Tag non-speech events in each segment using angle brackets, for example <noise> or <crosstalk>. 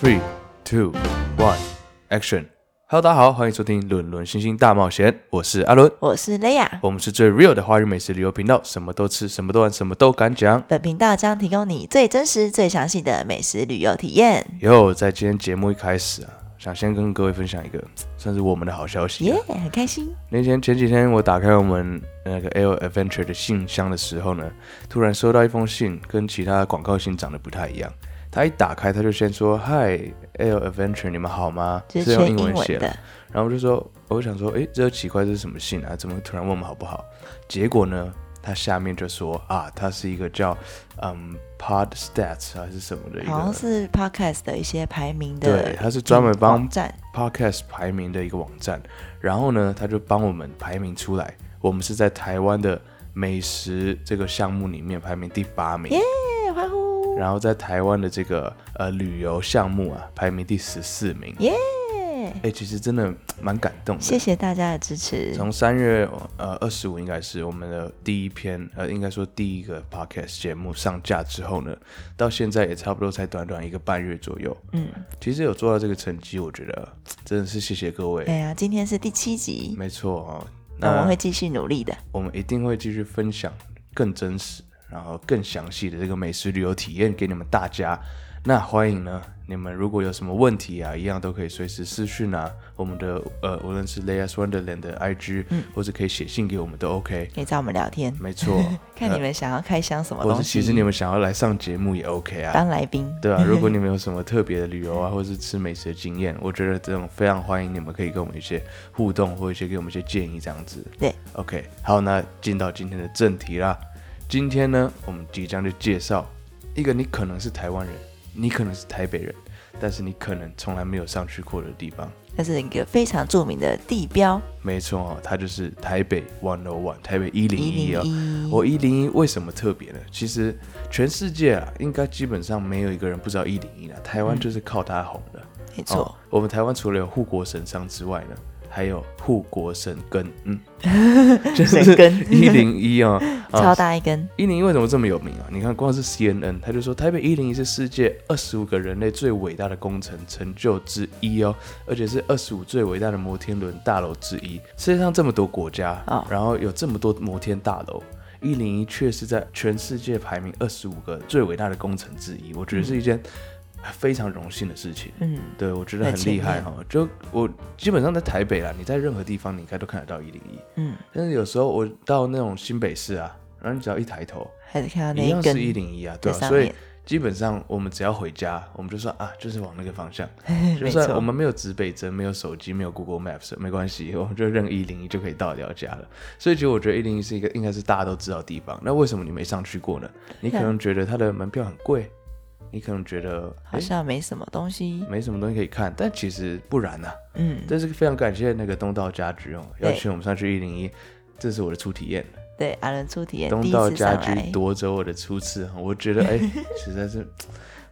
Three, two, one, action! Hello，大家好，欢迎收听《伦伦星星大冒险》，我是阿伦，我是雷亚。我们是最 real 的华语美食旅游频道，什么都吃，什么都玩，什么都敢讲。本频道将提供你最真实、最详细的美食旅游体验。哟，在今天节目一开始啊，想先跟各位分享一个算是我们的好消息、耶、啊。很开心。那天前几天我打开我们那个 L Adventure 的信箱的时候呢，突然收到一封信，跟其他广告信长得不太一样。他一打开，他就先说：“Hi L Adventure，你们好吗？”就是用全英文英文写的。的，然后我就说，我就想说，诶，这奇怪，这是什么信啊？怎么突然问我们好不好？结果呢，他下面就说啊，他是一个叫嗯 Pod Stats 还是什么的一好像个，是 podcast 的一些排名的，对，他是专门帮网站。 Podcast 排名的一个网站。然后呢，他就帮我们排名出来，我们是在台湾的美食这个项目里面排名第八名。耶，欢呼！然后在台湾的这个呃旅游项目啊，排名第十四名。耶、哎，其实真的蛮感动的。谢谢大家的支持。从三月呃二十五应该是我们的第一篇呃应该说第一个 podcast 节目上架之后呢，到现在也差不多才短短一个半月左右。嗯，其实有做到这个成绩，我觉得真的是谢谢各位。对啊，今天是第七集，没错哦，那我那们会继续努力的。我们一定会继续分享更真实，然后更详细的这个美食旅游体验给你们大家。那欢迎呢，你们如果有什么问题啊，一样都可以随时私讯啊，我们的呃，无论是 Layers Wonderland 的 IG，、或是可以写信给我们都 OK。可以找我们聊天，没错，看你们想要开箱什么或东嗯是西，其实你们想要来上节目也 OK 啊，当来宾。对啊，如果你们有什么特别的旅游啊，或是吃美食的经验，我觉得这种非常欢迎你们可以跟我们一些互动，或一些给我们一些建议这样子。对，OK，好，那进到今天的正题啦。今天呢，我们即将就介绍一个你可能是台湾人，你可能是台北人，但是你可能从来没有上去过的地方。这是一个非常著名的地标，没错哦，它就是台北 One O One，台北一零一哦。 101我一零一为什么特别呢？其实全世界啊，应该基本上没有一个人不知道一零一了。台湾就是靠它红的。没错。哦我们台湾除了有护国神山之外呢，还有护国神根，嗯，就是神根 <laughs> 一零一啊，超大一根，一零一为什么这么有名啊？你看，光是 CNN，他就说台北一零一是世界二十五个人类最伟大的工程成就之一哦，而且是二十五最伟大的摩天轮大楼之一。世界上这么多国家，哦然后有这么多摩天大楼，一零一却是在全世界排名二十五个最伟大的工程之一，我觉得是一件非常荣幸的事情。嗯，对，我觉得很厉害哈、就我基本上在台北啦，你在任何地方你应该都看得到一零一。嗯，但是有时候我到那种新北市啊，然后你只要一抬头，还是看到那一样根是一零一啊，对啊在上所以面基本上我们只要回家，我们就说啊，就是往那个方向。 <laughs> 就没算错我们没有指北针、没有手机、没有 Google Maps，没关系， <laughs> 我们就认一零一就可以到得了家了。所以其实我觉得一零一是一个应该是大家都知道的地方。那为什么你没上去过 <laughs> 呢？你可能觉得它的门票很贵，你可能觉得好像没什么东西。没什么东西可以看，但其实不然呐、嗯，但是非常感谢那个东道家居哦，邀对请我们上去一零一，这是我的初体验。对，阿伦初体验第东一道次家上居来，夺走我的初次，我觉 <laughs> 得哎、实在是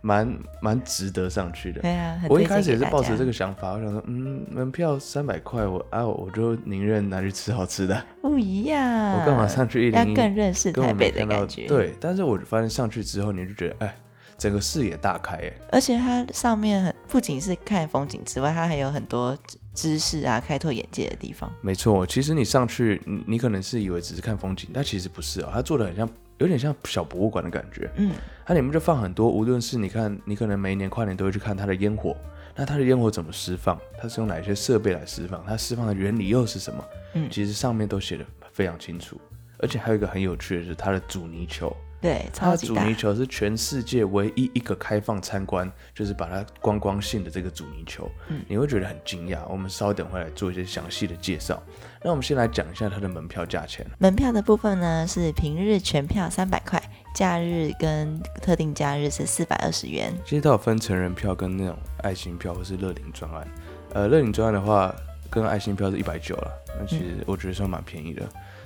蛮蛮值得上去的。对啊，很我一推开荐始也是给大抱着家这。个想法，我想说，嗯，门票三百块，我啊，我就宁愿拿去吃好 <laughs> 吃的，不一样，我干嘛上去一嗯要零一？更认识根台本没北的看到感觉。，对，但是我发现上去之后，你就觉得，哎，整个视野大开，哎，而且它上面很不仅是看风景之外，它还有很多知知识啊，开拓眼界的地方。没错，其实你上去，你你可能是以为只是看风景，但其实不是哦，它做的很像，有点像小博物馆的感觉。嗯，它里面就放很多，无论是你看，你可能每一年跨年都会去看它的烟火，那它的烟火怎么释放？它是用哪些设备来释放？它释放的原理又是什么？嗯，其实上面都写的非常清楚。而且还有一个很有趣的是，它的阻尼球，对，它超的级阻大尼。球是全世界唯一一个开放参观，就是把它观光性的这个阻尼球，嗯你会觉得很惊讶。我们稍等会来做一些详细的介绍。那我们先来讲一下它的门票价钱。门票的部分呢是平日全票三百块，假日跟特定假日是四百二十元。其实它有分成人票跟那种爱心票或是乐龄专案。呃，乐龄专案的话，跟爱心票是一百九了，那其实我觉得算蛮便宜的。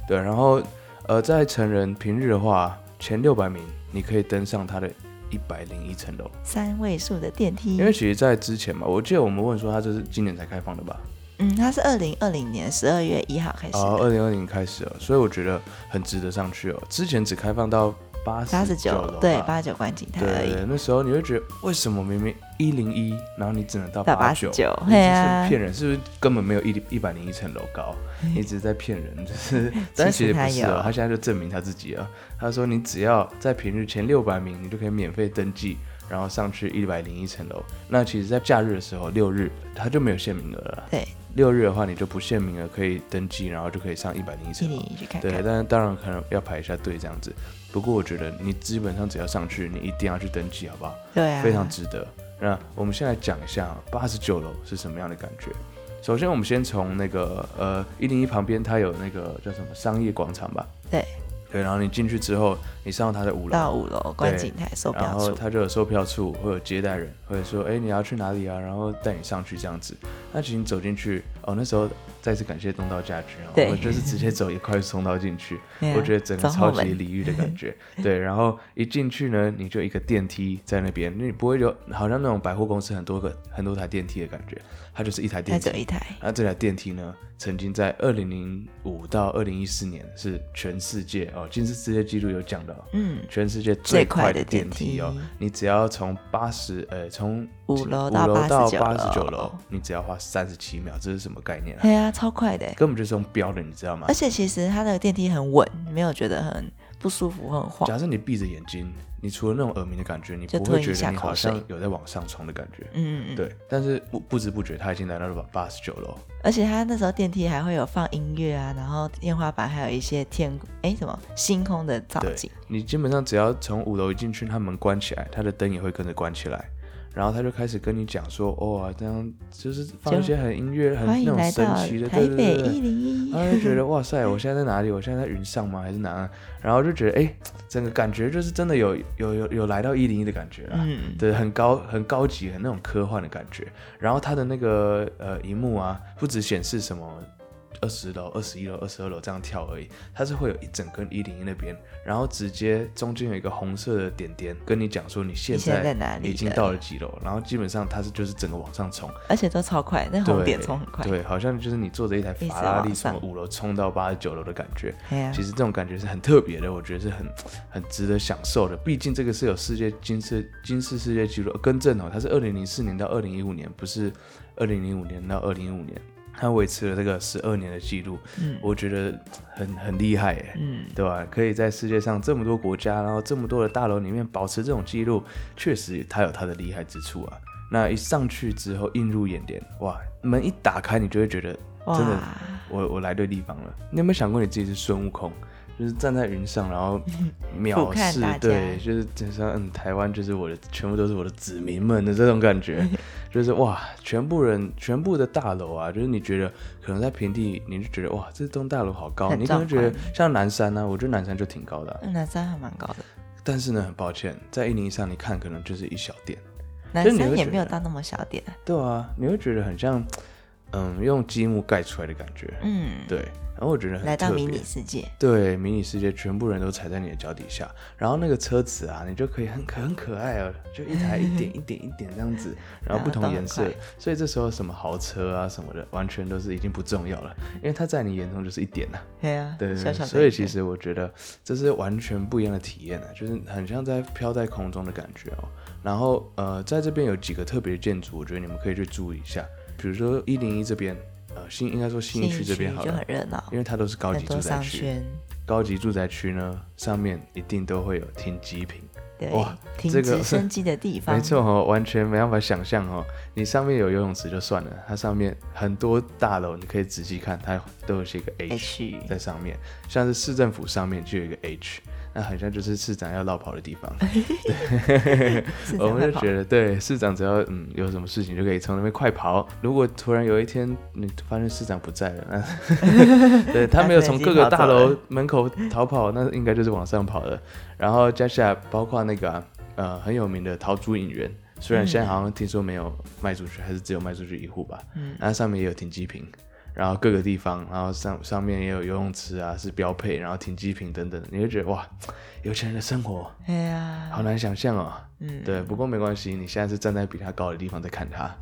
对，然后呃，在成人平日的话，前六百名你可以登上它的一百零一层楼。三位数的电梯因，为其实，在之前嘛，我记得我们问说它这是今年才开放的吧？嗯，它是二零二零年十二月一号开始哦，的，二零二零开始了，所以我觉得很值得上去哦。之前只开放到八八十十九楼九吧，对八十九观景台而对已对，。那时候你会觉得为什么明明一一零一，然后你只能到到九， 89你嘿这啊嗯是骗人，是不是根本没有一一百零一层楼高？你只是在骗人，只 <laughs> 是，但其其实实他不是哦有，他现在就证明他自己了。他说你只要在平日前六百名，你就可以免费登记，然后上去一百零一层楼。那其实，在假日的时候，六日他就没有限名额了啦。对，六日的话，你就不限名额，可以登记，然后就可以上一百零一一层零楼。一去看对，看。但是当然可能要排一下队这样子。不过我觉得你基本上只要上去，你一定要去登记，好不好？对啊，非常值得。那我们先来讲一下八十九楼是什么样的感觉。首先，我们先从那个呃一零一旁边，它有那个叫什么商业广场吧？对，对，然后你进去之后，你上到它的五楼，到五楼观景台售然票后处，他就有售票处，会有接待人，会说，哎，你要去哪里啊？然后带你上去这样子。那其实你走进去，哦，那时候再次感谢东道家居啊，对我就是直接走一块通道进 <laughs> 去，对啊我觉得整个走后超级门礼遇的感 <laughs> 觉。对，然后一进去呢，你就一个电梯在那边，你不会有好像那种百货公司很多个很多台电梯的感觉，它就是一台它电只梯啊有。一台，那这台电梯呢，曾经在二零零五到二零一四年是全世界哦，近似世界纪录有讲到，嗯，全世界最最快快的的电电梯梯哦，你只要从八十呃从五楼到到89八十九楼楼，你只要花三十七秒，这是什么概念啊？对啊，超快的欸。根本就是用标的，你知道吗而？且其实它的电梯很稳，没有觉得很不舒服、很晃。假设你闭着眼睛，你除了那种耳鸣的感觉，你就不会吞一觉下得你口好像水有在往上冲的感觉。嗯嗯嗯。对，但是不不知不觉他已经来到了八十九楼，而且它那时候电梯还会有放音乐啊，然后天花板还有一些天哎什么星空的造对景，你基本上只要从五楼一进去，它门关起来，它的灯也会跟着关起来，然后他就开始跟你讲说，哦，这样就是放一些很音乐、很欢那迎种来神到奇的，台对对北对对。一零一然。后就哎觉得哇塞，我现在在哪里？我现在在云上吗？还是哪啊？然后就觉得哎，整个感觉就是真的有有有有来到一零一的感觉啊，嗯对，很高很高级，很那种科幻的感觉。然后它的那个呃荧幕啊，不只显示什么二十楼、二十一楼、二十二楼这样跳而已，它是会有一整根一零一那边，然后直接中间有一个红色的点点跟你讲说你现现在在哪在里已经了到了几楼，然后基本上它是就是整个往上冲，而且都超快，那红对点冲很快。对，好像就是你坐着一台一直法拉利从往上五楼冲到八十九楼的感觉。对啊其实这种感觉是很特别的，我觉得是很很值得享受的。毕竟这个是有世界金世金世世界纪录，呃更正哦，它是二零零四年到二零一五年，不是二零零五年到二零一五年，它维持了这个十二年的记录，嗯我觉得很很厉害耶，嗯，对吧？可以在世界上这么多国家，然后这么多的大楼里面保持这种记录，确实它有它的厉害之处啊。那一上去之后映入眼帘，哇，门一打开，你就会觉得哇真的我我来对地方了。你有没有想过你自己是孙悟空，就是站在云上，然后 <laughs> 俯藐瞰视大家，对，就是就像嗯，台湾就是我的，全部都是我的子民们的这种感 <laughs> 觉，就是哇，全部人全部的大楼啊，就是你觉得可能在平地，你就觉得哇，这栋大楼好高，很你可能壮觉观得像南山呢、啊，我觉得南山就挺高的啊、嗯南山还蛮高的，但是呢，很抱歉，在一零一上你看可能就是一小点，南就是你山会也觉没有得到那么小点啊。对啊，你会觉得很像，嗯，用积木盖出来的感觉，嗯，对，然后我觉得很来到特迷别你世界，对，迷你世界全部人都踩在你的脚底下，然后那个车子啊，你就可以很可很可爱哦，就一台一 <laughs> 点一点一点这样子，然后不然后都同很颜色快，所以这时候什么豪车啊什么的，完全都是已经不重要了，因为它在你眼中就是一点了、对啊，对对小对，小的所以一其个实我觉得这是完全不一样的体验呢、啊就是很像在飘在空中的感觉哦。然后呃，在这边有几个特别的建筑，我觉得你们可以去注意一下，比如说一零一这边，呃，新应该说新信一义区这边好就了很。热闹，因为它都是高级很住多宅商区，圈，高级住宅区呢，上面一定都会有停机坪。对哇，停这个止生机的地 <laughs> 方，没错哦，完全没办法想象哦。你上面有游泳池就算了，它上面很多大楼，你可以仔细看，它都有写一个 H <laughs> ，H 在上面，像是市政府上面就有一个 H，那很像就是市长要绕跑的地方。市我们场会就跑觉得，对市长只要嗯有什么事情就可以从那边快跑。如果突然有一天你发现市长不在了，那 <laughs> 对他没有从各个大楼门口逃跑，那应该就是往上跑的。然后加起来包括那个啊、呃很有名的桃竹影园，虽然现在好像听说没有卖出去，还是只有卖出去一户吧。嗯，那上面也有停机坪。然后各个地方，然后上上面也有游泳池啊，是标配，然后停机坪等等，你会觉得哇，有钱人的生活哎呀，好难想象哦。嗯，对，不过没关系，你现在是站在比他高的地方在看他，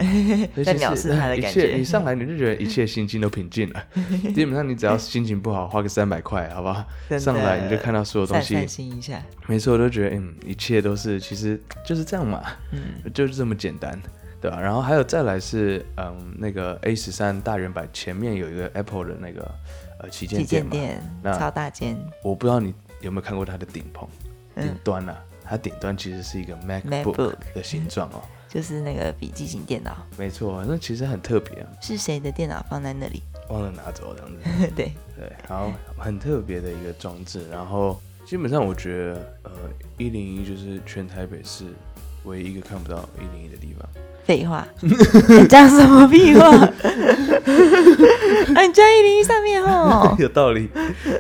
所以 <laughs> 在其藐实视他 <laughs> 的一感切觉你上来你就觉得一切心情都平静 <laughs> 了，基本上你只要心情不好，花个三百块，好不好？真的上来你就看到所有东散西，散心一下，没错，我都觉得嗯，一切都是其实就是这样嘛，嗯，就是这么简单。对吧、然后还有再来是，嗯，那个 A 十三大圆摆前面有一个 Apple 的那个呃旗舰旗店舰嘛，店那超大间我不知道你有没有看过它的顶棚，嗯顶端啊，它顶端其实是一个 MacBook MacBook 的形状哦，就是那个笔记型电脑，没错，那其实很特别啊，是谁的电脑放在那里？ <laughs> 忘了拿走这样子。对，对，然后很特别的一个装置，然后基本上我觉得，呃，一零一就是全台北市唯一一个看不到一零一的地方。，废话，你讲什么屁话？ <laughs> 啊，你在一零一上面哦 <laughs> 有道理，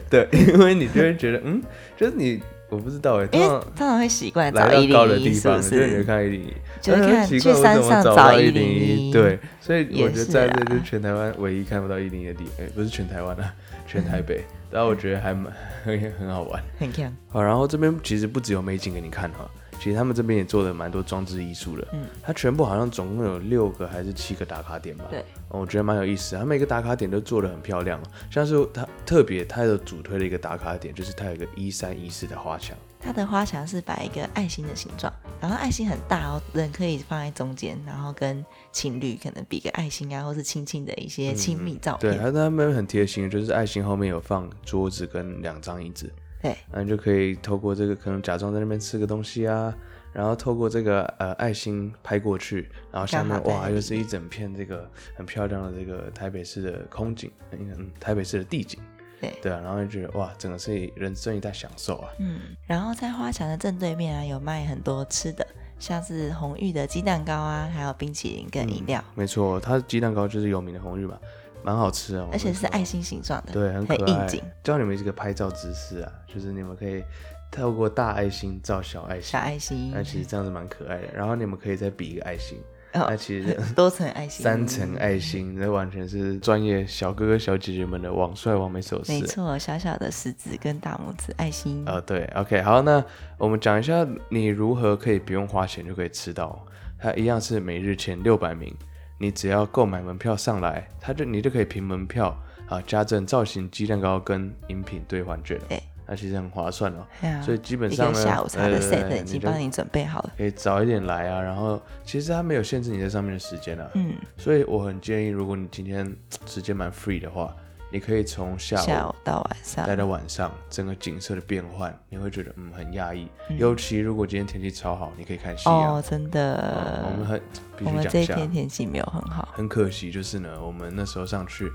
对，因为你就会觉得，嗯，就是你，我不知道哎，通因为常通常会习惯找来一到高的零地一，是方，不 <laughs> 就是你会是？看一零一，就会哎看奇去怪为山什么上找不找到一零101一，对，，所以我觉也得是在啦这就是啊全台湾唯一看不到一零一的地，哎，不是全台湾啊，全台 <laughs> 北，但我觉得还蛮 <laughs> 很很好玩。很强。好，然后这边其实不只有美景给你看哈，其实他们这边也做了蛮多装置艺术的。嗯，它全部好像总共有六个还是七个打卡点吧？对哦，我觉得蛮有意思。它每个打卡点都做的很漂亮哦，像是它特别它有主推的一个打卡点，就是它有一个一三一四的花墙。它的花墙是摆一个爱心的形状，然后爱心很大哦，人可以放在中间，然后跟情侣可能比个爱心啊，或是亲亲的一些亲密照嗯对，片。它他们很贴心，就是爱心后面有放桌子跟两张椅子，对那你就可以透过这个可能假装在那边吃个东西啊，然后透过这个呃爱心拍过去，然后下面刚好在那哇里又是一整片这个很漂亮的这个台北市的空景，嗯，嗯台北市的地景，对对啊，然后就觉得哇，整个是人生一大享受啊，嗯，然后在花墙的正对面啊，有卖很多吃的，像是红玉的鸡蛋糕啊，还有冰淇淋跟嗯饮料，没错，它的鸡蛋糕就是有名的红玉嘛，蛮好吃的，我而且们是爱心形状的，对，很可很爱应景。。教你们一个拍照姿势啊，就是你们可以透过大爱心照小爱心，小爱心那，其实这样子蛮可爱的。然后你们可以再比一个爱心，哦那其实多层爱心，三层爱心，这完全是专业小哥哥小姐姐们的网帅完美手势没。错，小小的食指跟大拇指爱心，呃，对，OK，好，那我们讲一下你如何可以不用花钱就可以吃到，它一样是每日前六百名，你只要购买门票上来，它就你就可以凭门票啊加赠造型鸡蛋糕跟饮品兑换券了对，那其实很划算哦。对啊所以基本一上个呢，下午茶呃的对对对 set 已经就帮你准备好了。可以早一点来啊。然后其实它没有限制你在上面的时间啊，嗯，所以我很建议，如果你今天时间蛮 free 的话，你可以从下下午午到晚上待，到晚上，整个景色的变换，你会觉得嗯很压抑。尤其如果今天天气超好，你可以看夕阳。哦，真嗯我的们，很必我须们讲这一一下，天天气没有很好，很可惜就是呢，我们那时候上去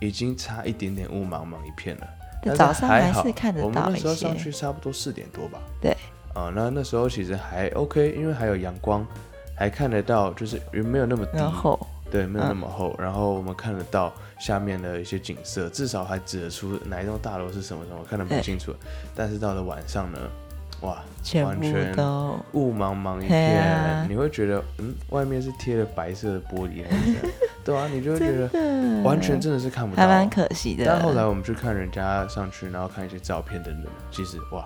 已经差一点点雾茫茫一片了。但但是早上还还好是看得我们到那一时候上些去。差不多四点多吧。对，啊、那那时候其实还 OK，因为还有阳光，还看得到，就是云没有那么低，然后嗯对，没有那么厚。然后我们看得到下面的一些景色，至少还指得出哪一栋大楼是什么什么，看得不对清楚。但是到了晚上呢，哇，全完全部都雾茫茫一对片，啊你会觉得，嗯，外面是贴了白色的玻璃还 <laughs> 是怎样？对啊，你就会觉得嗯完全真的是看不到，哦还蛮可惜的。但后来我们去看人家上去，然后看一些照片等等，其实哇，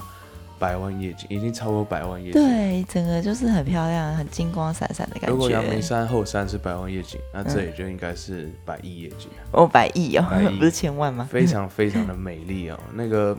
百万夜景已经超过百万夜景。，对，整个就是很漂亮、很金光闪闪的感如果阳明觉。山后山是百万夜景，那这里就应该是百亿夜景，哦，百亿哦百亿，不是千万吗？非常非常的美丽哦，那个。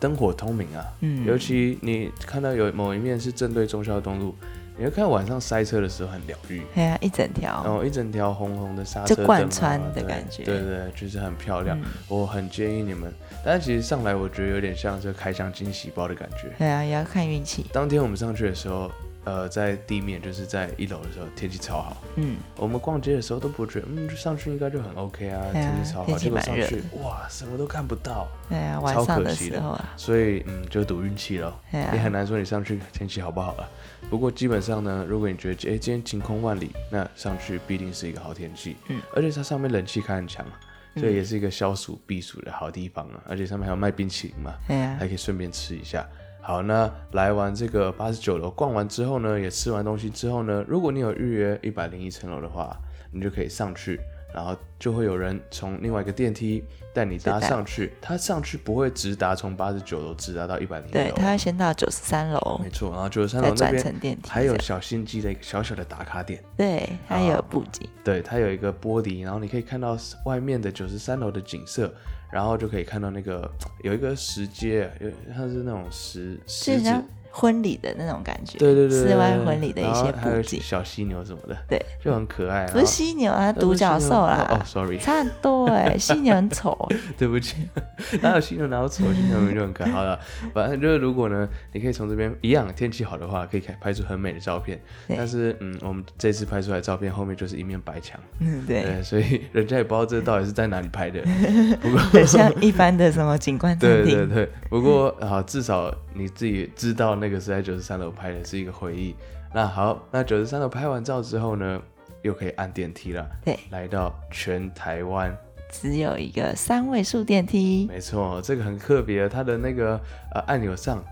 灯火通明啊，嗯尤其你看到有某一面是正对忠孝东路，你会看晚上塞车的时候很疗愈，对啊，一整然条。后一整条红红的刹车灯、啊，就贯穿的对感觉嗯对对对就是很漂亮。我很建议你们，但其实上来我觉得有点像是开箱惊喜包的感觉。对啊，也要看运气。当天我们上去的时候，呃，在地面就是在一楼的时候，天气超好。嗯，我们逛街的时候都不觉得，嗯，就上去应该就很 OK 啊，对啊天气超好。天气结果蛮上热去，哇，什么都看不到，对啊，晚超上可的惜时的候啊，所以嗯，就赌运气了。对啊也很难说你上去天气好不好了。啊不过基本上呢，如果你觉得哎、诶今天晴空万里，那上去必定是一个好天气。嗯，而且它上面冷气开很强，啊所以也是一个消暑避暑的好地方啊。而且上面还有卖冰淇淋嘛，对啊还，可以顺便吃一下。好，那来完这个八十九楼逛完之后呢，也吃完东西之后呢，如果你有预约一百零一层楼的话，你就可以上去，然后就会有人从另外一个电梯带你搭直达上去。它上去不会直达从八十九楼直达到一百零一对，楼，他要先到九十三楼没，错。然后九十三再楼那转边乘电梯。还有啊小心机的一个小小的打卡点，对，它也有布景。对，它有一个玻璃，然后你可以看到外面的九十三楼的景色，然后就可以看到那个有一个石阶，有像是那种石是石人子家。婚礼的那种感觉，对对对，对室外对婚礼的一然后些还有布景，小犀牛什么的，对，就很可爱。不是犀牛啊，不是独角犀兽牛啦， <laughs> 哦哦，sorry <laughs> 差很多哎、犀牛很丑欸、然后对不起，哪有犀牛哪有丑，犀牛明明就很可爱。好了，反正就是如果呢，你可以从这边一样，天气好的话，可以拍拍出很美的照片。对但是嗯，我们这次拍出来的照片后面就是一面白墙，嗯，对，对，所以人家也不知道这到底是在哪里拍的。不过很像一般的什么景观餐对厅，对对，不过好，至少你自己知道那个是在九十三楼拍的，是一个回忆。那好，那九十三楼拍完照之后呢，又可以按电梯了，对来到全台湾。只有一个三位数电梯，没错，这个很特别，它的那个呃按钮上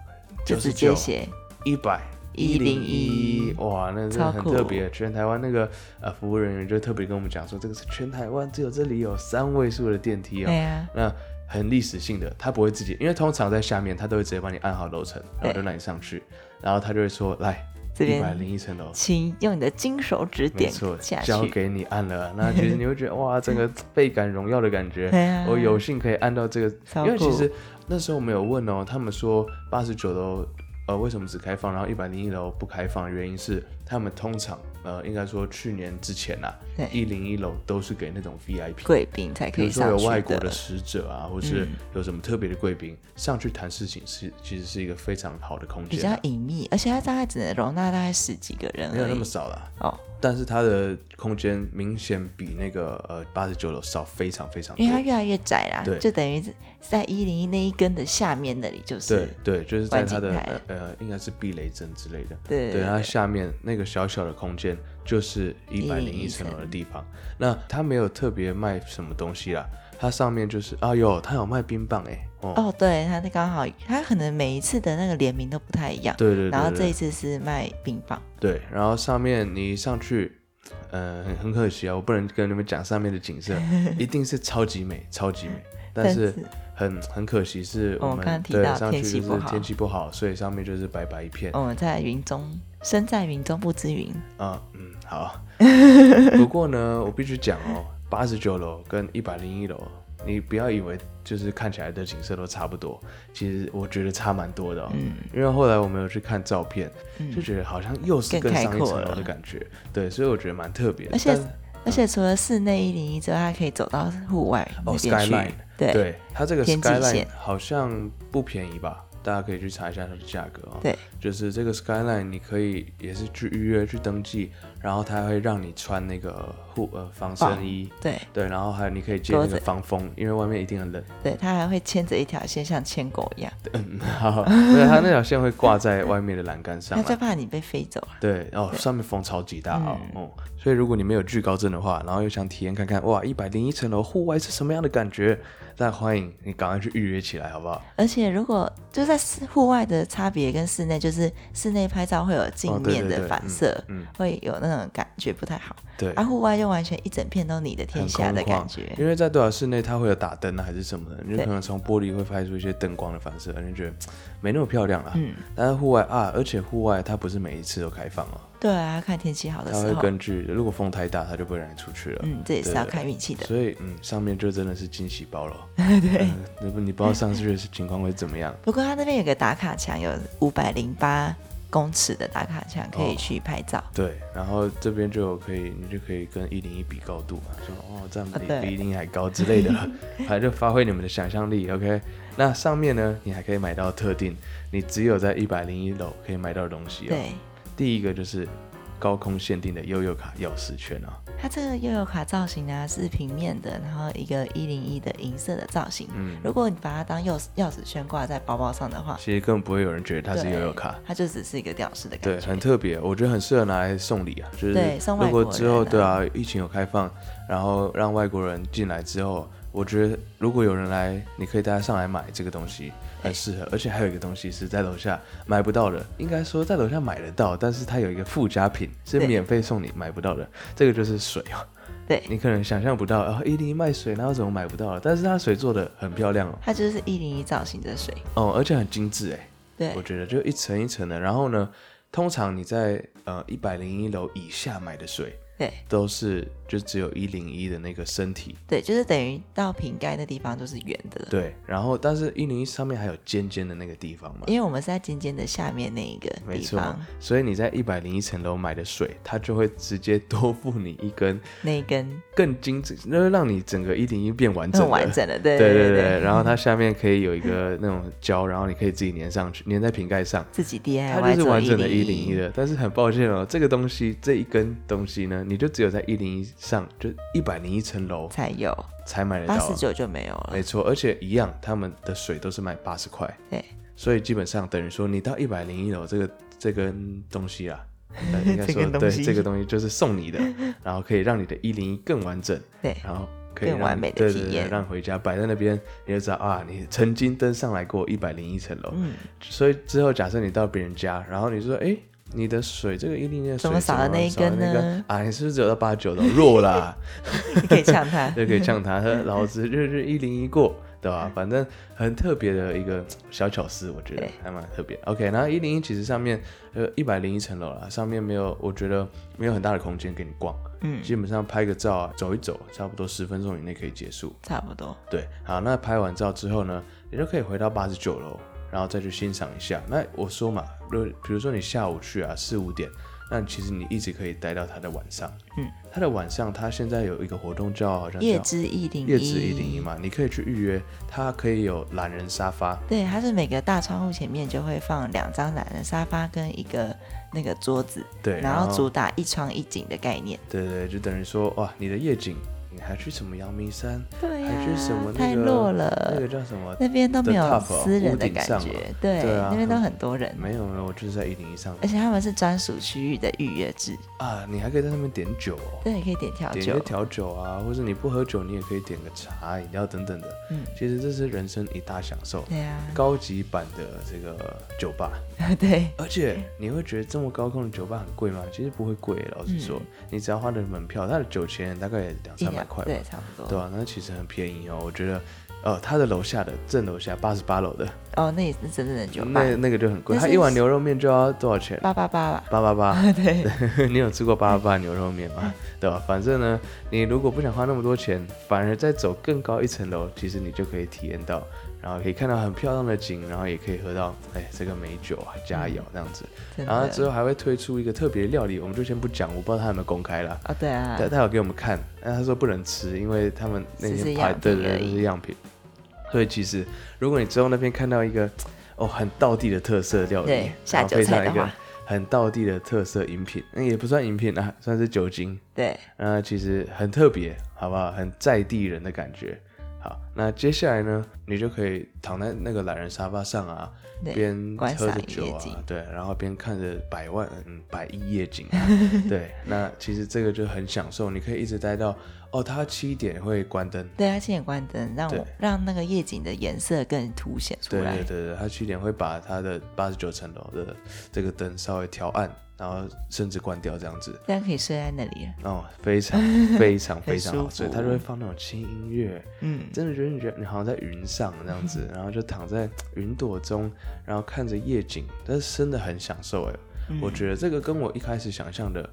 就直接写一百。 101哇，那真的超很酷特别。全台湾那个呃服务人员就特别跟我们讲说，这个是全台湾只有这里有三位数的电梯哦。对啊，那很历史性的，他不会自己，因为通常在下面，他都会直接帮你按好楼层，然后对就让你上去，然后他就会说来这一边百零一层楼。请用你的金手指没点错，下交去。给你按了，啊那其实你会觉得哇，整 <laughs> 个倍感荣耀的感觉。对啊我有幸可以按到这个，超因为其酷实那时候没有问哦，他们说八十九楼呃为什么只开放，然后一百零一楼不开放，原因是他们通常呃应该说去年之前啊对，一零一楼都是给那种 VIP 贵宾才可比以如说上有去嗯外国的使者啊，或是有什么特别的贵宾、上去谈事情是，其实是一个非常好的空比间啊、较隐秘，而且它大概只能容纳大概十几个人没有而那么已。少啦。哦，但是它的空间明显比那个呃八十九楼少非常非常因为它多。越来越窄啦对，就等于是在一零一那一根的下面那里就是对。对，就是在它的观景台呃呃，应该是避雷针之类的。对对对，对它下面那个小小的空间就是一百零一层楼的地方。那它没有特别卖什么东西啦，它上面就是啊有，它有卖冰棒哎、哦，哦，对，它刚好，它可能每一次的那个联名都不太一样。对对对然后对这一次是卖冰棒，对，然后上面你上去，呃，很很可惜啊，我不能跟你们讲上面的景色，一定是超级美，超级 <laughs> 美，但但是是很很可惜是哦我我们刚刚提对到上去天就气是不好哦天气不好，所以上面就是白白一片啊、我们在云中，身在云中不知云。嗯， <laughs> 好。不过呢，我必须讲哦，八十九楼跟一百零一楼。你不要以为就是看起来的景色都差不多，其实我觉得差蛮多的、哦。嗯，因为后来我们有去看照片，就觉得好像又是嗯更更开上一阔层楼了的感觉。对，所以我觉得蛮特别的。而且但而且除了室内一零一之外，它可以走到户外哦那边去。 ，Skyline，对它这个天际 Skyline 线好像不便宜吧？大家可以去查一下它的价格哦。对，就是这个 Skyline，你可以也是去预约去登记，然后它会让你穿那个护呃防身衣，对对，然后还有你可以借那钩个子防风，因为外面一定很 <laughs> 冷。对，它还会牵着一条线，像牵狗一样，嗯，好，对，它那条线会挂在外面的栏杆上它啊。<laughs> 最怕你被飞走啊。对，哦，上面风超级大哦，嗯哦，所以如果你没有惧高症的话，然后又想体验看看，哇，一百零一层楼户外是什么样的感觉，那欢迎你赶快去预约起来，好不好？而且如果就在室户外的差别跟室内，就是室内拍照会有镜哦对面对的对反嗯射，嗯会有那种感觉不太好。啊对，而、户外就完全一整片都你的天很下空的感旷觉。因为在多少室内它会有打灯啊，还是什么的，你就对可能从玻璃会拍出一些灯光的反射，你就觉得嘖没那么漂亮啦。嗯，但是户外啊，而且户外它不是每一次都开放哦，对啊，看天气好的它时会候，根据如果风太大，它就不会让你出去了。嗯，这也是对要对看运气的。所以，嗯，上面就真的是惊喜包 <laughs> 了。对，你不你不知道上去的情况会怎么样。不过它那边有个打卡墙，有五百零八公尺的打卡墙，可哦以去拍照。对，然后这边就有可以，你就可以跟一零一比高度嘛，说哦，这样比啊对比一零一还高之类的， <laughs> 反正就发挥你们的想象力，OK。那上面呢，你还可以买到特定你只有在一百零一楼可以买到的东西、哦。，对，第一个就是高空限定的悠悠卡钥匙圈啊、它这个悠游卡造型啊是平面的，然后一个一零一的银色的造型。嗯如果你把它当钥匙钥匙圈挂在包包上的话，其实根本不会有人觉得它是对悠悠卡。它就只是一个吊饰的对，感觉。很特别，我觉得很适合拿来送礼啊，就是对送如外果国之后人啊对啊，疫情有开放，然后让外国人进来之后，我觉得如果有人来，你可以带他上来买这个东西，很适合。而且还有一个东西是在楼下买不到的，应该说在楼下买得到，但是它有一个附加品是对免费送你买不到的，这个就是水啊。对，你可能想象不到，啊，一零一卖水，然后怎么买不到？但是它水做的很漂亮哦，它就是一零一造型的水。哦，而且很精致哎、对我觉得就一层一层的。然后呢，通常你在呃一百零一楼以下买的水，对都是就只有一零一的那个身体，对，就是等于到瓶盖的地方都是圆的了，对，然后但是一零一上面还有尖尖的那个地方嘛，因为我们是在尖尖的下面那一个没嗯地错方，，所以你在一百零一层楼买的水，它就会直接多付你一根那一根更精致，那会让你整个一零一变完整更的。完整了，对 <laughs> 对对对嗯对然后它下面可以有一个那种胶，然后你可以自己粘上去，粘在瓶盖上，自己它 DIY 就是做哎完整的一一零一，的。但是很抱歉哦，这个东西这一根东西呢，你就只有在一零一上，就一百零一层楼才有，才买得八十到。啊九就没有了没，错，而且一样，他们的水都是卖八十块。对，所以基本上等于说，你到一百零一楼这个这根东西啊， <laughs> 呃应该这说根东对西这个东西就是送 <laughs> 你的，然后可以让你的一零一更完整，对然后可以更让完美的对体对对验让回家摆在那边，你就知道啊，你曾经登上来过一百零一层楼。嗯，所以之后假设你到别人家，然后你说哎。诶你的水这个一零一的水怎么少了那一少了根那呢啊，你是不是只有到八九楼弱啦？，你 <laughs> 可以呛他 <laughs> 就可以呛 <laughs> 他，呵老子日日一零一过，对吧？反正很特别的一个小巧思，我觉得对还蛮特别。OK，然后一零一其实上面呃一百零一层楼啦，上面没有，我觉得没有很大的空间给你逛，嗯，基本上拍个照啊，走一走，差不多十分钟以内可以结束。差不多，对，好，那拍完照之后呢，你就可以回到八十九楼，然后再去欣赏一下。那我说嘛，如比如说你下午去啊，四五点，那其实你一直可以待到它的晚上。嗯，它的晚上，它现在有一个活动叫好像叶叫之一零叶子一零一，嗯嘛，你可以去预约，它可以有懒人沙发，对，它是每个大窗户前面就会放两张懒人沙发跟一个那个桌子，对，然然后主打一窗一景的概念，对对，就等于说哇，你的夜景，你还去什么阳明山，对还去什么那个太弱那了个，叫什么？那边都没 The 有 Top 哦私人的屋顶感上嘛觉，对，对啊那边都很很多人，没有没有，我就是在一零一上而且他们是专属区域的预约制，啊，你还可以在上面点酒哦。对，可以点调点一酒些，调酒啊，或者你不喝酒，你也可以点个茶、饮料等等的。嗯其实这是人生一大享受，对啊，高级版的这个酒吧。对，而且你会觉得这么高空的酒吧很贵吗？其实不会贵，老实说，你只要花的门票，它的酒钱大概也两嗯一三百两块吧，对，差不对啊多。吧、那其实很便宜哦，我觉得。呃，它的楼下的正楼下八十八楼的，哦，那也是真正的酒吧，那那个就很贵，但它是一碗牛肉面就要多少钱？八八八吧，八八八。 <laughs> 对，你有吃过八八八牛肉面 <laughs> 吗？对吧？反正呢，你如果不想花那么多钱，反而再走更高一层楼，其实你就可以体验到，然后可以看到很漂亮的景，然后也可以喝到哎这个美酒啊，佳肴啊这样子。嗯真然后之的。后还会推出一个特别料理，我们就先不讲，我不知道他有没有公开啦。哦，对啊，他他有给我们看，但他说不能吃，因为他们那只是天样拍品对对而对已是样品，所以其实如果你之后那边看到一个哦很道地的特色料理对，下然后酒配菜上的一个话很道地的特色饮品，那、也不算饮品啊，算是酒精，对，那其实很特别，好不好？很在地人的感觉。好，那接下来呢，你就可以躺在那个懒人沙发上啊，对边观喝赏着夜酒啊景，对，然后边看着百万嗯百亿夜景 <laughs> 啊、对，那其实这个就很享受，你可以一直待到哦，它七点会关灯，对啊，七点关灯，让我对让那个夜景的颜色更凸显出对来对。对对，它七点会把它的八十九层楼的这个灯稍微调暗，然后甚至关掉这样子。这样可以睡在那里了。哦，非 <laughs> 常非常非常好舒睡，它就服会放那种轻音乐，嗯，真的觉得你觉得你好像在云上这样子，然后就躺在云朵中，然后看着夜景，但是真的很享受哎、我觉得这个跟我一开始想象的，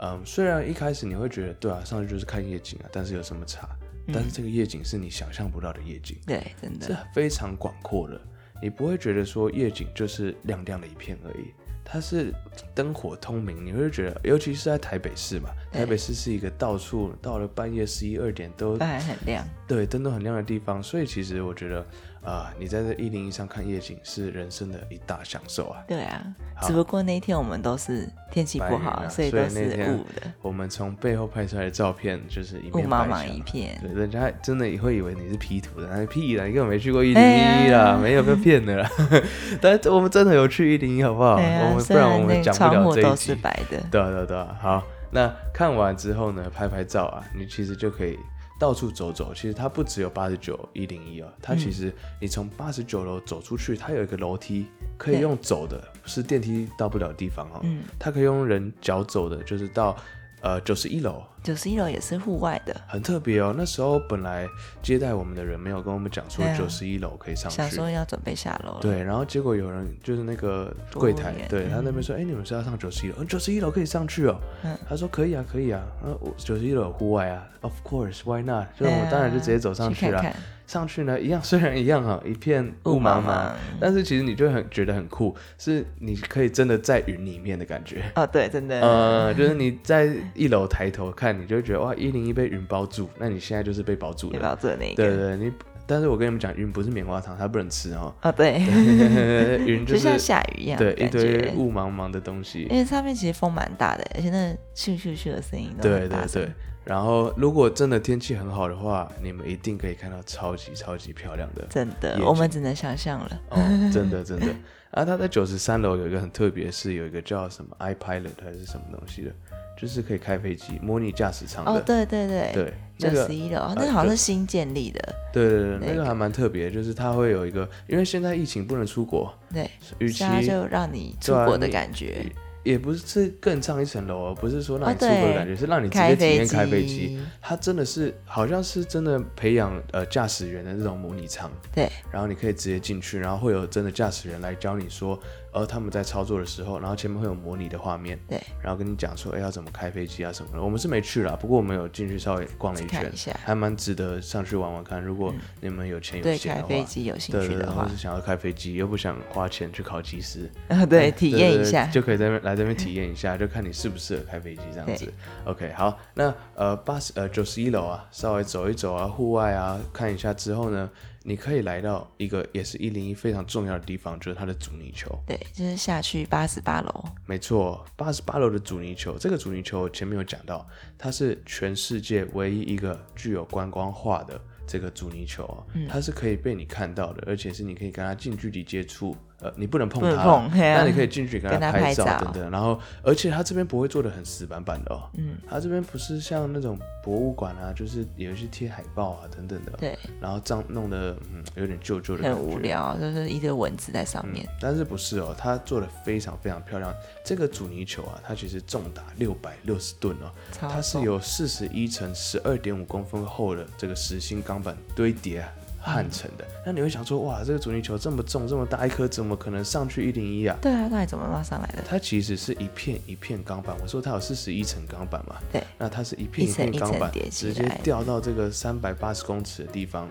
嗯，虽然一开始你会觉得对啊，上去就是看夜景啊，但是有什么差？但是这个夜景是你想象不到的夜景，对，真是的，非常广阔的，你不会觉得说夜景就是亮亮的一片而已。它是灯火通明，你会觉得，尤其是在台北市嘛，对哎台北市是一个到处到了半夜十一二点都当然很亮。对，灯都很亮的地方，所以其实我觉得，啊、你在这一零一上看夜景是人生的一大享受啊。对啊，只不过那一天我们都是天气白不云好，啊所以所以都那是天雾的，我们从背后拍出来的照片就是一雾面茫白茫墙一片。对，人家真的也会以为你是 P 图的，那屁啦，你根本没去过一零哎一啦，呀没有被骗的啦。 <laughs> 但我们真的有去一零一，好不好？对哦我啊，们不虽然然我那们个讲不窗了户这一都是集。白的，对啊对啊对啊，好，那看完之后呢，拍拍照啊，你其实就可以到处走走。其实它不只有八十九一零一哦，它其实你从八十九楼走出去，它有一个楼梯可以对用走的，是电梯到不了的地方哦。嗯，它可以用人脚走的，就是到呃九十一楼，九十一楼也是户外的，很特别哦。那时候本来接待我们的人没有跟我们讲说对啊九十一楼可以上想去，说要准备下楼了。对，然后结果有人就是那个柜台服务员，对他那边说，哎、你们是要上九十一楼？九十一楼可以上去哦。嗯他说可以啊，可以啊。呃，我九十一楼有户外啊，Of course，Why not？就对啊，我当然就直接走上啊去了。看看上去呢，一样 <laughs> 虽然一样哈、一片雾茫雾茫茫茫，但是其实你就会很觉得很酷，是你可以真的在云里面的感觉。哦，对，真的，呃，就是你在一楼抬头看，你就会觉得哇，一零一被云包住，那你现在就是被包住也了。要做那一对个。对，你，但是我跟你们讲，云不是棉花糖，它不能吃哦。哦，对， <laughs> <laughs> 云就像是下雨一样的对一感堆觉。哎雾茫茫的东西因。为上面其实风蛮大的，而且那咻咻咻的声音都对很大对声对，然后如果真的天气很好的话，你们一定可以看到超级超级漂亮的真夜的，景我们只能想象了。 <laughs> 哦，真的真的。啊，它在九十三楼有一个很特别，是有一个叫什么 iPilot 还是什么东西的，就是可以开飞机模拟驾驶舱的。哦，对对对，对九那个呃十一楼，哦那好像是新建立的，对对对，那那个还蛮特别，就是它会有一个，因为现在疫情不能出国，对，与其所以它啊就让你出对啊国的你感觉，也不是更上一层楼哦，不是说让你哦出国的对感觉，是让你直开接体飞验机开飞机。它真的是好像是真的培养呃驾驶员的那种模拟舱，对，然后你可以直接进去，然后会有真的驾驶员来教你说，呃，他们在操作的时候，然后前面会有模拟的画面，对，然后跟你讲说，哎，要怎么开飞机啊什么的。我们是没去啦，不过我们有进去稍微逛了一圈看一下，嗯还蛮值得上去玩玩看。如果你们有钱有对闲开的话，飞机有兴对趣对对，的或话是，想要开飞机又不想花钱去考技师， <laughs> 呃对，体验一下对对对。就可以在那边来这边体验一下，就看你适不适合开飞机这样子对。 OK，好，那呃八十呃九十一楼啊，稍微走一走啊，户外啊看一下之后呢，你可以来到一个也是一零一非常重要的地方，就是它的阻尼球。对，就是下去八十八楼，没错，八十八楼的阻尼球，这个阻尼球前面有讲到，它是全世界唯一一个具有观光化的这个阻尼球、哦，嗯它是可以被你看到的，而且是你可以跟它近距离接触，呃，你不能碰不能它，碰嘿啊但你可以近距离跟跟它它拍拍照照等等。然后，而且它这边不会做的很死板板的哦，嗯，它这边不是像那种博物馆啊，就是有一些贴海报啊等等的，对，然后这样弄得嗯有点旧旧的感很觉，无聊，就是一堆文字在上面。但是不是哦，它做的非常非常漂亮。这个阻尼球啊，它其实重达六百六十吨哦，超它是重由四十一乘十二点五公分厚的这个实心钢板堆叠焊成的。那你会想说，哇，这个阻尼球这么重，这么大一颗，怎么可能上去一零一啊？对啊，到底怎么拉上来的？它其实是一片一片钢板，我说它有四十一层钢板嘛，对，那它是一片片钢板一层一层叠起直来接掉到这个三百八十公尺的地方，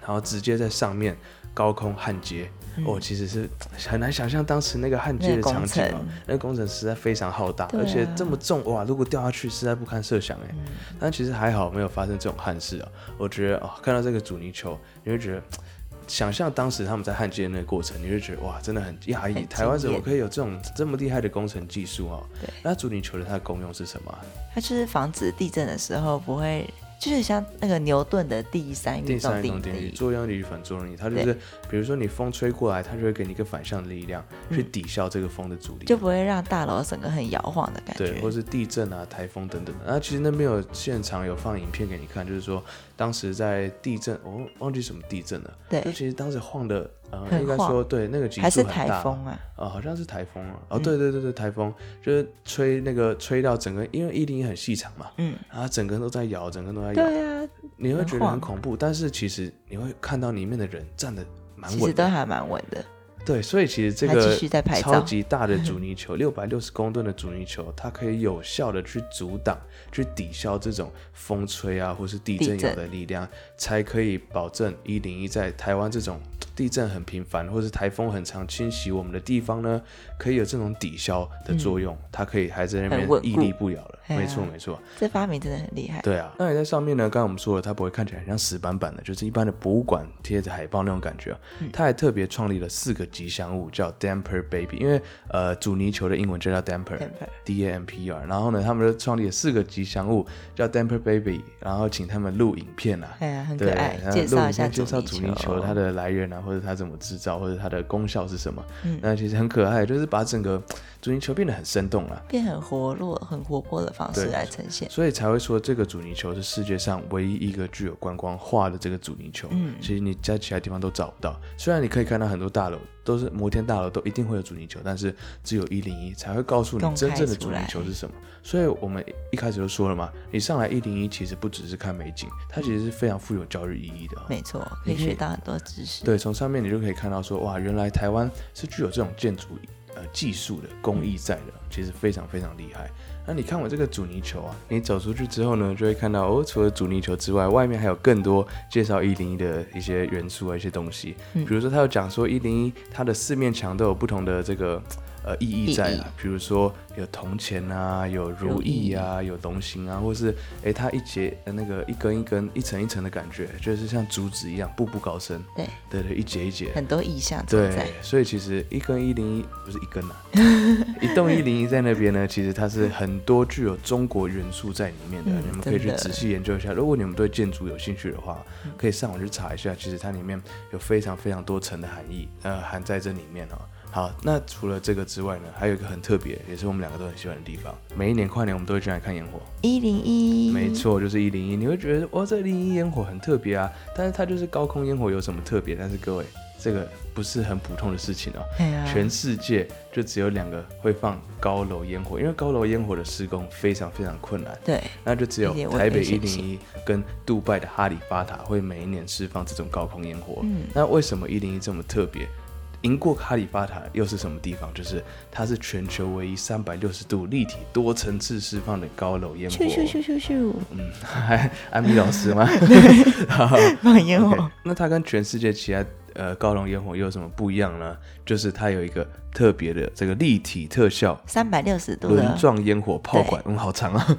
然后直接在上面高空焊接。哦，其实是很难想象当时那个焊接的场景嗯那个哦工程，那个工程实在非常浩大，对啊嗯而且这么重哇，如果掉下去实在不堪设想哎。但其实还好没有发生这种憾事啊，我觉得哦，看到这个阻尼球，你会觉得。想象当时他们在焊接的那个过程，你会觉得哇，真的很讶异，很台湾怎么惊艳可以有这种这么厉害的工程技术哦？对那阻尼球的它的功用是什么啊？它就是防止地震的时候不会，就是像那个牛顿的第三第运三动一种定定理，律。作用力与反作用力，它就是比如说你风吹过来，它就会给你一个反向的力量去抵消这个风的阻力，就不会让大楼整个很摇晃的感对，觉或。是地震啊、台风等等的。那其实那边有现场有放影片给你看，就是说当时在地震，我、忘记什么地震了，对就其实当时晃的，呃，很应该晃说对那个级还数很是大台嘛，风啊？啊、好像是台风啊！嗯哦，对对对对，台风就是吹那个吹到整个，因为一零一很细长嘛，嗯，啊，整个都在摇，整个都在摇，对啊，你会很觉得很晃恐怖，但是其实你会看到里面的人站的蛮其稳实都的，还蛮稳的。对，所以其实这还个继续在拍超照级大的 <laughs> 阻尼球，六百六十公吨的阻尼球，它可以有效的去阻挡、去抵消这种风吹啊，或是地地震摇震的力量，才可以保证一零一在台湾这种地震很频繁，或是台风很常侵袭我们的地方呢，可以有这种抵消的作用，它可以还在那嗯很边稳屹固立不摇了。哎呀没错，没错。这发明真的很厉害。对啊，那你在上面呢？刚才我们说了，它不会看起来很像死板板的，就是一般的博物馆贴着海报那种感觉啊、嗯它还特别创立了四个吉祥物，叫 Damper Baby，因为呃阻尼球的英文就叫 Damper Damper，D A M P E R。然后呢，他们就创立了四个吉祥物叫 Damper Baby，然后请他们录影片啊。哎呀，很对，可爱然。后介录绍影一下片介绍阻尼球球，它的来源啊，或者它怎么制造，或者它的功效是什么。嗯那其实很可爱，就是把整个阻尼球变得很生动啊了。变很活络、很活泼的方式对来呈现。所以才会说这个阻尼球是世界上唯一一个具有观光化的这个阻尼球。嗯，其实你在其他地方都找不到。虽然你可以看到很多大楼都是摩天大楼都一定会有阻尼球，但是只有一零一才会告诉你公开真正的出阻尼来球是什么。所以我们一开始就说了嘛，你上来一零一其实不只是看美景，它其实是非常富有教育意义的哦、没错，可以你可以学到很多知识。对，从上面你就可以看到说，哇，原来台湾是具有这种建筑呃技术的工艺在的，其实非常非常厉害。那你看我这个阻尼球啊，你走出去之后呢，就会看到哦，除了阻尼球之外，外面还有更多介绍一零一的一些元素啊，一些东西。比如说，他有讲说一零一它的四面墙都有不同的这个呃意义在意义啊，比如说有铜钱啊，有如意啊，有龙形啊，或是诶，它一节呃那个一根一根、一层一层的感觉，就是像竹子一样步步高升。对，对对，一节一节。很多意象存在对。，所以其实一根一零一不是一根啊， <laughs> 一栋一零一在那边呢，其实它是很多具有中国元素在里面的，嗯你们可以去真的嗯仔细研究一下。如果你们对建筑有兴趣的话，可以上网去查一下，其实它里面有非常非常多层的含义，呃，含在这里面哦。好，那除了这个之外呢，还有一个很特别，也是我们两个都很喜欢的地方。每一年跨年，我们都会进来看烟火。一零一，没错，就是一零一，你会觉得哇，这零一烟火很特别啊，但是它就是高空烟火有什么特别？但是各位，这个不是很普通的事情哦。哎呀全世界就只有两个会放高楼烟火，因为高楼烟火的施工非常非常困难，对，那就只有而且危台北一险零性一跟杜拜的哈利法塔会每一年释放这种高空烟火。那为什么一零一这么特别？赢过哈利法塔又是什么地方？就是它是全球唯一三百六十度立体多层次释放的高楼烟火。咻咻咻咻咻，嗯， <laughs> 还安米老师吗？ <laughs> 好放烟 <laughs> 火 OK，那它跟全世界其他呃高龙烟火又有什么不一样呢？就是它有一个特别的这个立体特效三百六十度轮的，状烟火炮管，嗯，好长啊！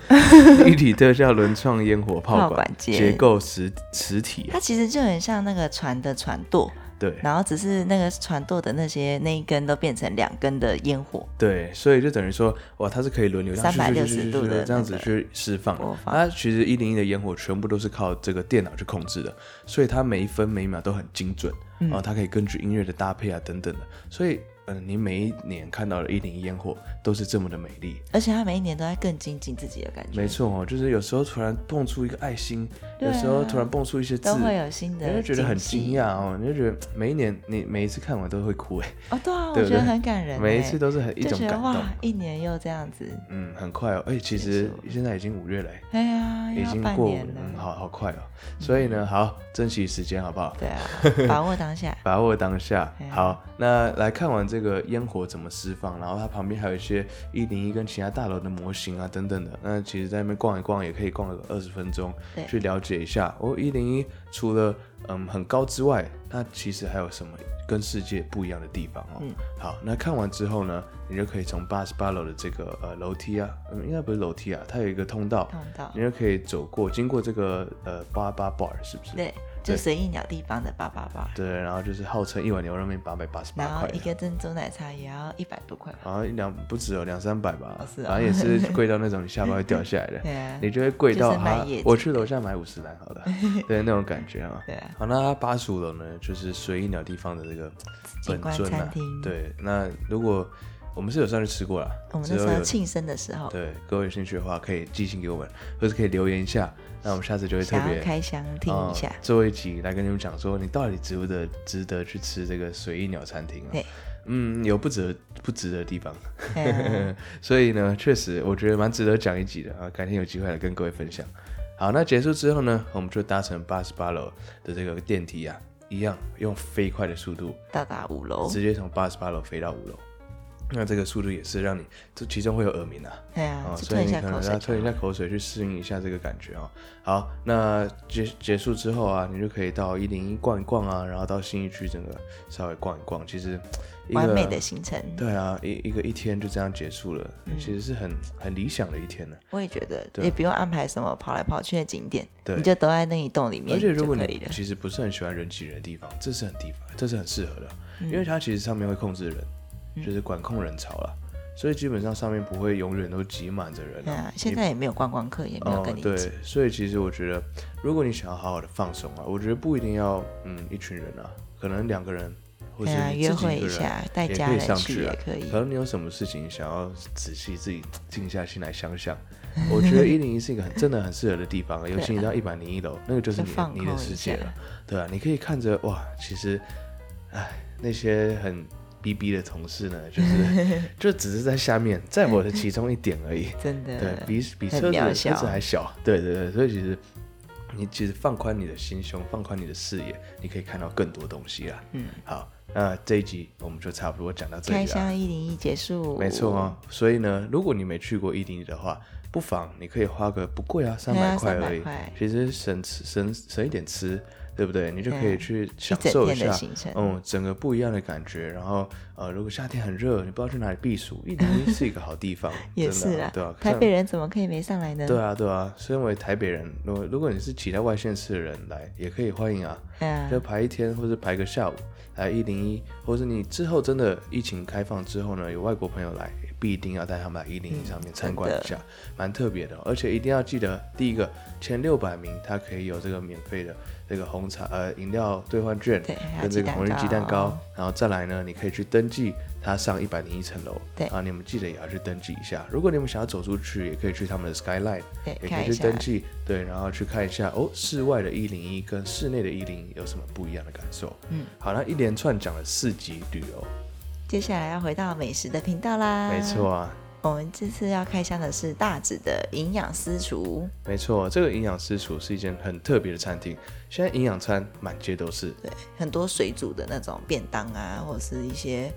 立体特效轮状烟火炮炮管节结构实实体，啊它其实就很像那个船的船舵，对然后只是那个船舵的那些那一根都变成两根的烟火，对，所以就等于说，哇，它是可以轮流这样360度的这样子那个去释放的播。放它其实一零一的烟火全部都是靠这个电脑去控制的，所以它每一分每一秒都很精准，嗯然后它可以根据音乐的搭配啊等等的，所以。嗯，你每一年看到的一零一烟火都是这么的美丽，而且它每一年都在更精进自己的感觉，没错哦，就是有时候突然蹦出一个爱心，有时候突然蹦出一些字，啊都会有新你的就觉得很惊喜讶哦，你就觉得每一年你每一次看完都会哭哎，哦，对啊，我对不觉得对很感人欸，每一次都是很一就种觉得感动哇，，一年又这样子，嗯，很快哦，哎，其实现在已经五月了哎，哎呀，又已要经半过年了，嗯，了，好好快哦。所以呢，好珍惜时间，好不好？对 <laughs> 啊，把握当下，把握当下对。啊好，那来看完这个烟火怎么释放，然后它旁边还有一些一零一跟其他大楼的模型啊等等的。那其实在那边逛一逛，也可以逛个二十分钟对，去了解一下哦。一零一除了嗯很高之外，它其实还有什么跟世界不一样的地方哦？好，那看完之后呢，你就可以从八十八楼的这个呃楼梯啊，嗯，应该不是楼梯啊，它有一个通道，碰 <laughs> 到你就可以走过，经过这个呃八八 bar 是不是？对，就随意鸟地方的八八八，对，然后就是号称一碗牛肉面八百八十然八后块一，个珍珠奶茶也要一百多块吧，好像一两不止哦，两三百吧，是哦反正也是贵到那种你下巴会掉下来 <laughs> 对的，啊你就会贵到就是卖啊夜景，我去楼下买五十兰好 <laughs> 了，对那种感觉啊。对啊好，那八十五楼呢，就是随意鸟地方的这个景本观尊啊餐厅。对，那如果我们是有上去吃过啦，我们之那时后候有庆生的时候，对各位有兴趣的话，可以寄信给我们，或是可以留言一下，那我们下次就会特想别要开箱听一下哦，做一集来跟你们讲说，你到底值不得值得去吃这个随意鸟餐厅啊对？嗯，有不值得不值得的 <laughs> 地方，哎 <laughs> 呀所以呢，确实我觉得蛮值得讲一集的啊，改天有机会来跟各位分享。好，那结束之后呢，我们就搭乘八十八楼的这个电梯啊，一样用飞快的速度，到达五楼，直接从八十八楼飞到五楼。那这个速度也是让你，这其中会有耳鸣啊，哎呀哦，，就所以吞一你下可口能水要就好，吞一下口水去适应一下这个感觉哦。好，那结结束之后啊，你就可以到一零一逛一逛啊，然后到新一区整个稍微逛一逛，其实一个完美的行程，对啊，一一个一天就这样结束了，其实是嗯很很理想的一天呢、我也觉得对也不用安排什么跑来跑去的景点，对你就都在那一栋里面而且如就果可以你了。其实不是很喜欢人挤人的地方，这是很地方，这是很适合的，嗯因为它其实上面会控制人，就是管控人潮啦，所以基本上上面不会永远都挤满着人对啊啊，，现在也没有观光客，也没有哦跟，你一对起，，所以其实我觉得，如果你想要好好的放松啊，我觉得不一定要嗯一群人啊，可能两个人或者对啊，你自约己会个一人下，带也家可以上人去去啊也可以可。能你有什么事情想要仔细自己静下心来想想，我 <laughs> 觉得一零一是一个很真的很适合的地方啊，尤其你到一百零一楼，那个就是就你的放你的空世一界下了，对啊，你可以看着哇，其实，哎，那些很 B B 的同事呢，就是 <laughs> 就只是在下面，在我的其中一点而已。真对的，比比很车子渺的车子小还小，对对对，所以其实你其实放宽你的心胸，放宽你的视野，你可以看到更多东西啊。嗯，好，那这一集我们就差不多讲到这开里了，箱一零一结束，没错哦。所以呢，如果你没去过一零一的话，不妨你可以花个不贵啊，三对百啊块300而已块，其实省吃省省一点吃。对不对？你就可对以啊去享整受天的下行程，，嗯，整个不一样的感觉。然后，呃，如果夏天很热，你不知道去哪里避暑，一零一是一个好地方 <laughs> 也是真的啦啊，对啊，台像北人怎么可以没上来呢？对啊，对啊，身为台北人，如果如果你是其他外县市的人来，也可以欢迎啊，啊就排一天或者排个下午来一零一，或是你之后真的疫情开放之后呢，有外国朋友来，也必定要带他们来一零一上面参观一嗯下，蛮特别的哦、而且一定要记得，第一个前六百名他可以有这个免费的这个红茶呃饮料兑换券对还跟有鸡这个蛋红日鸡蛋糕糕，然后再来呢，你可以去登记它上一百零一层楼，对啊，你们记得也要去登记一下。如果你们想要走出去，也可以去他们的 skyline，对也可看以一去下登记，对，然后去看一下哦，室外的一零一跟室内的一零一有什么不一样的感受？嗯，好，那一连串讲了四级旅游，接下来要回到美食的频道啦。没错，啊，我们这次要开箱的是大指的营养私厨，没错，这个营养私厨是一间很特别的餐厅，现在营养餐满街都是，对，很多水煮的那种便当啊，或者是一些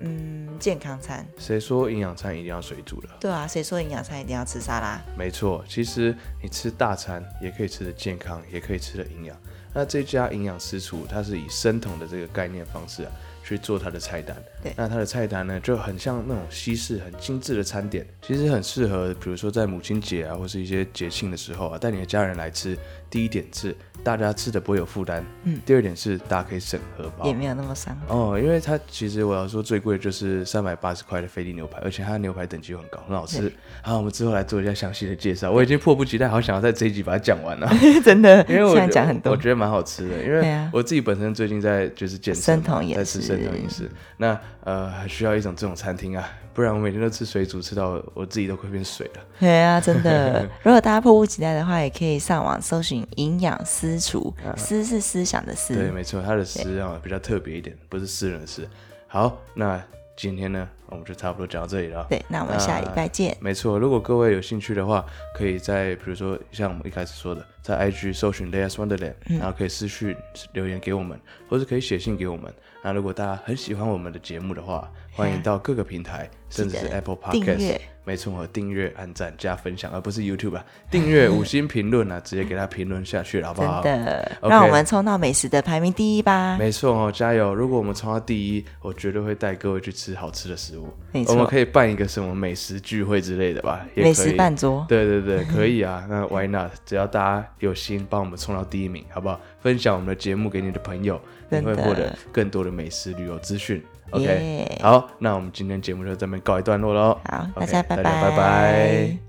嗯健康餐。谁说营养餐一定要水煮的？对啊，谁说营养餐一定要吃沙拉？没错，其实你吃大餐也可以吃的健康，也可以吃的营养。那这家营养师厨，它是以生酮的这个概念方式啊，去做它的菜单。对那它的菜单呢，就很像那种西式很精致的餐点，其实很适合，比如说在母亲节啊，或是一些节庆的时候啊，带你的家人来吃。第一点是大家吃的不会有负担，嗯。第二点是大家可以省荷包也，没有那么伤。哦，因为它其实我要说最贵的就是三百八十块的菲力牛排，而且它的牛排等级又很高，很好吃。好，我们之后来做一下详细的介绍。我已经迫不及待，好想要在这一集把它讲 <laughs> 完了，真的，因为我 <laughs> 虽觉然得讲很我多，觉得蛮好吃的。因对为啊我自己本身最近在就是健身生嘛，酮饮在吃生酮饮食，那呃还需要一种这种餐厅啊，不然我每天都吃水煮，吃到我自己都快变水了。对啊，真 <laughs> 的。如果大家迫不及待的话，也可以上网搜寻“营养私厨”，思是思想的思。啊对，没错，它的诗啊比较特别一点，不是私人的诗。好，那今天呢，我们就差不多讲到这里了。对，那我们下礼拜见。没错，如果各位有兴趣的话，可以在比如说像我们一开始说的，在 IG 搜寻 Layers Wonderland，、然嗯后可以私讯留言给我们，或是可以写信给我们。那如果大家很喜欢我们的节目的话，欢迎到各个平台，甚至是 Apple 订阅 Podcast，没错，订阅、按赞、加分享，而不是 YouTube 啊，订阅、五星评论啊，直接给他评论下去了，好不真啊好？的， OK 让我们冲到美食的排名第一吧！没错哦，加油！如果我们冲到第一，我绝对会带各位去吃好吃的食物。没错我们可以办一个什么美食聚会之类的吧？也可以美食半桌，对对对，可以 <laughs> 啊。那 Why not？只要大家有心，帮我们冲到第一名，好不好？分享我们的节目给你的朋友，你真的会获得更多的美食旅游资讯。OK，耶好，那我们今天节目就到这边告一段落喽。好 OK，大家拜大家拜拜拜。